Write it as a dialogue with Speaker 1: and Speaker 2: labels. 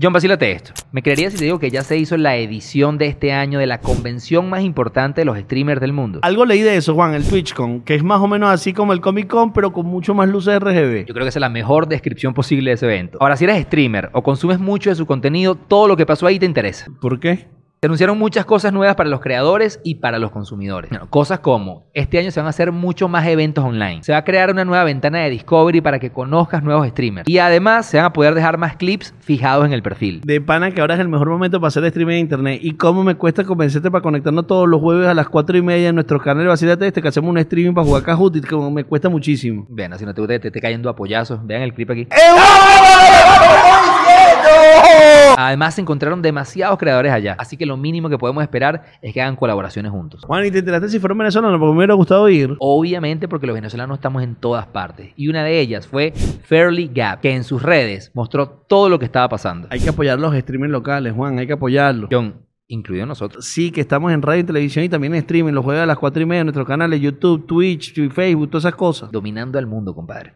Speaker 1: John, vacílate esto. Me creería si te digo que ya se hizo la edición de este año de la convención más importante de los streamers del mundo.
Speaker 2: Algo leí de eso, Juan, el TwitchCon, que es más o menos así como el Comic Con, pero con mucho más luces RGB.
Speaker 1: Yo creo que esa es la mejor descripción posible de ese evento. Ahora, si eres streamer o consumes mucho de su contenido, todo lo que pasó ahí te interesa.
Speaker 2: ¿Por qué?
Speaker 1: Se anunciaron muchas cosas nuevas para los creadores y para los consumidores. Bueno, cosas como, este año se van a hacer muchos más eventos online. Se va a crear una nueva ventana de Discovery para que conozcas nuevos streamers. Y además se van a poder dejar más clips fijados en el perfil.
Speaker 2: De pana que ahora es el mejor momento para hacer streaming de internet. Y cómo me cuesta convencerte para conectarnos todos los jueves a las 4 y media en nuestro canal de Vacílate este que hacemos un streaming para jugar Kahoot y como me cuesta muchísimo.
Speaker 1: Bueno, si no te gusta que te esté cayendo a pollazos, vean el clip aquí. Además se encontraron demasiados creadores allá, así que lo mínimo que podemos esperar es que hagan colaboraciones juntos.
Speaker 2: Juan, ¿y te enteraste si fueron venezolanos? Porque me hubiera gustado ir.
Speaker 1: Obviamente porque los venezolanos estamos en todas partes y una de ellas fue Fairly Gap, que en sus redes mostró todo lo que estaba pasando.
Speaker 2: Hay que apoyar los streamers locales, Juan, hay que apoyarlos.
Speaker 1: John, incluido nosotros.
Speaker 2: Sí, que estamos en radio y televisión y también en streaming. Los jueves a las 4 y media en nuestros canales YouTube, Twitch, Facebook, todas esas cosas.
Speaker 1: Dominando al mundo, compadre.